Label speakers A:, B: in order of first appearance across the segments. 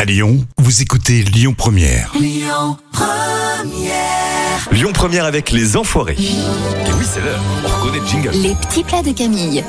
A: À Lyon, vous écoutez Lyon Première.
B: Lyon Première avec les Enfoirés. Et oui, c'est l'heure. On reconnaît le jingle.
C: Les petits plats de Camille.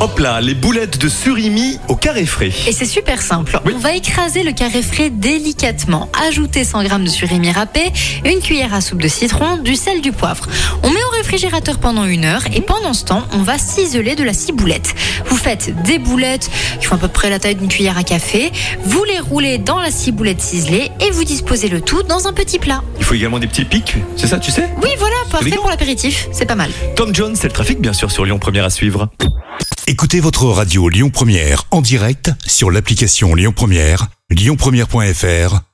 B: Hop là, les boulettes de surimi au carré frais.
C: Et c'est super simple.
B: Oui.
C: On va écraser le carré frais délicatement, ajouter 100 g de surimi râpé, une cuillère à soupe de citron, du sel, du poivre. On met au réfrigérateur pendant une heure et pendant ce temps, on va ciseler de la ciboulette. Vous faites des boulettes qui font à peu près la taille d'une cuillère à café, vous les roulez dans la ciboulette ciselée et vous disposez le tout dans un petit plat.
B: Il faut également des petits pics, c'est ça, tu sais
C: Oui, voilà, parfait
B: élégant.
C: pour l'apéritif, c'est pas mal.
B: Tom Jones, c'est le trafic, bien sûr, sur Lyon Première à suivre.
A: Écoutez votre radio Lyon Première en direct sur l'application Lyon Première, lyonpremière.fr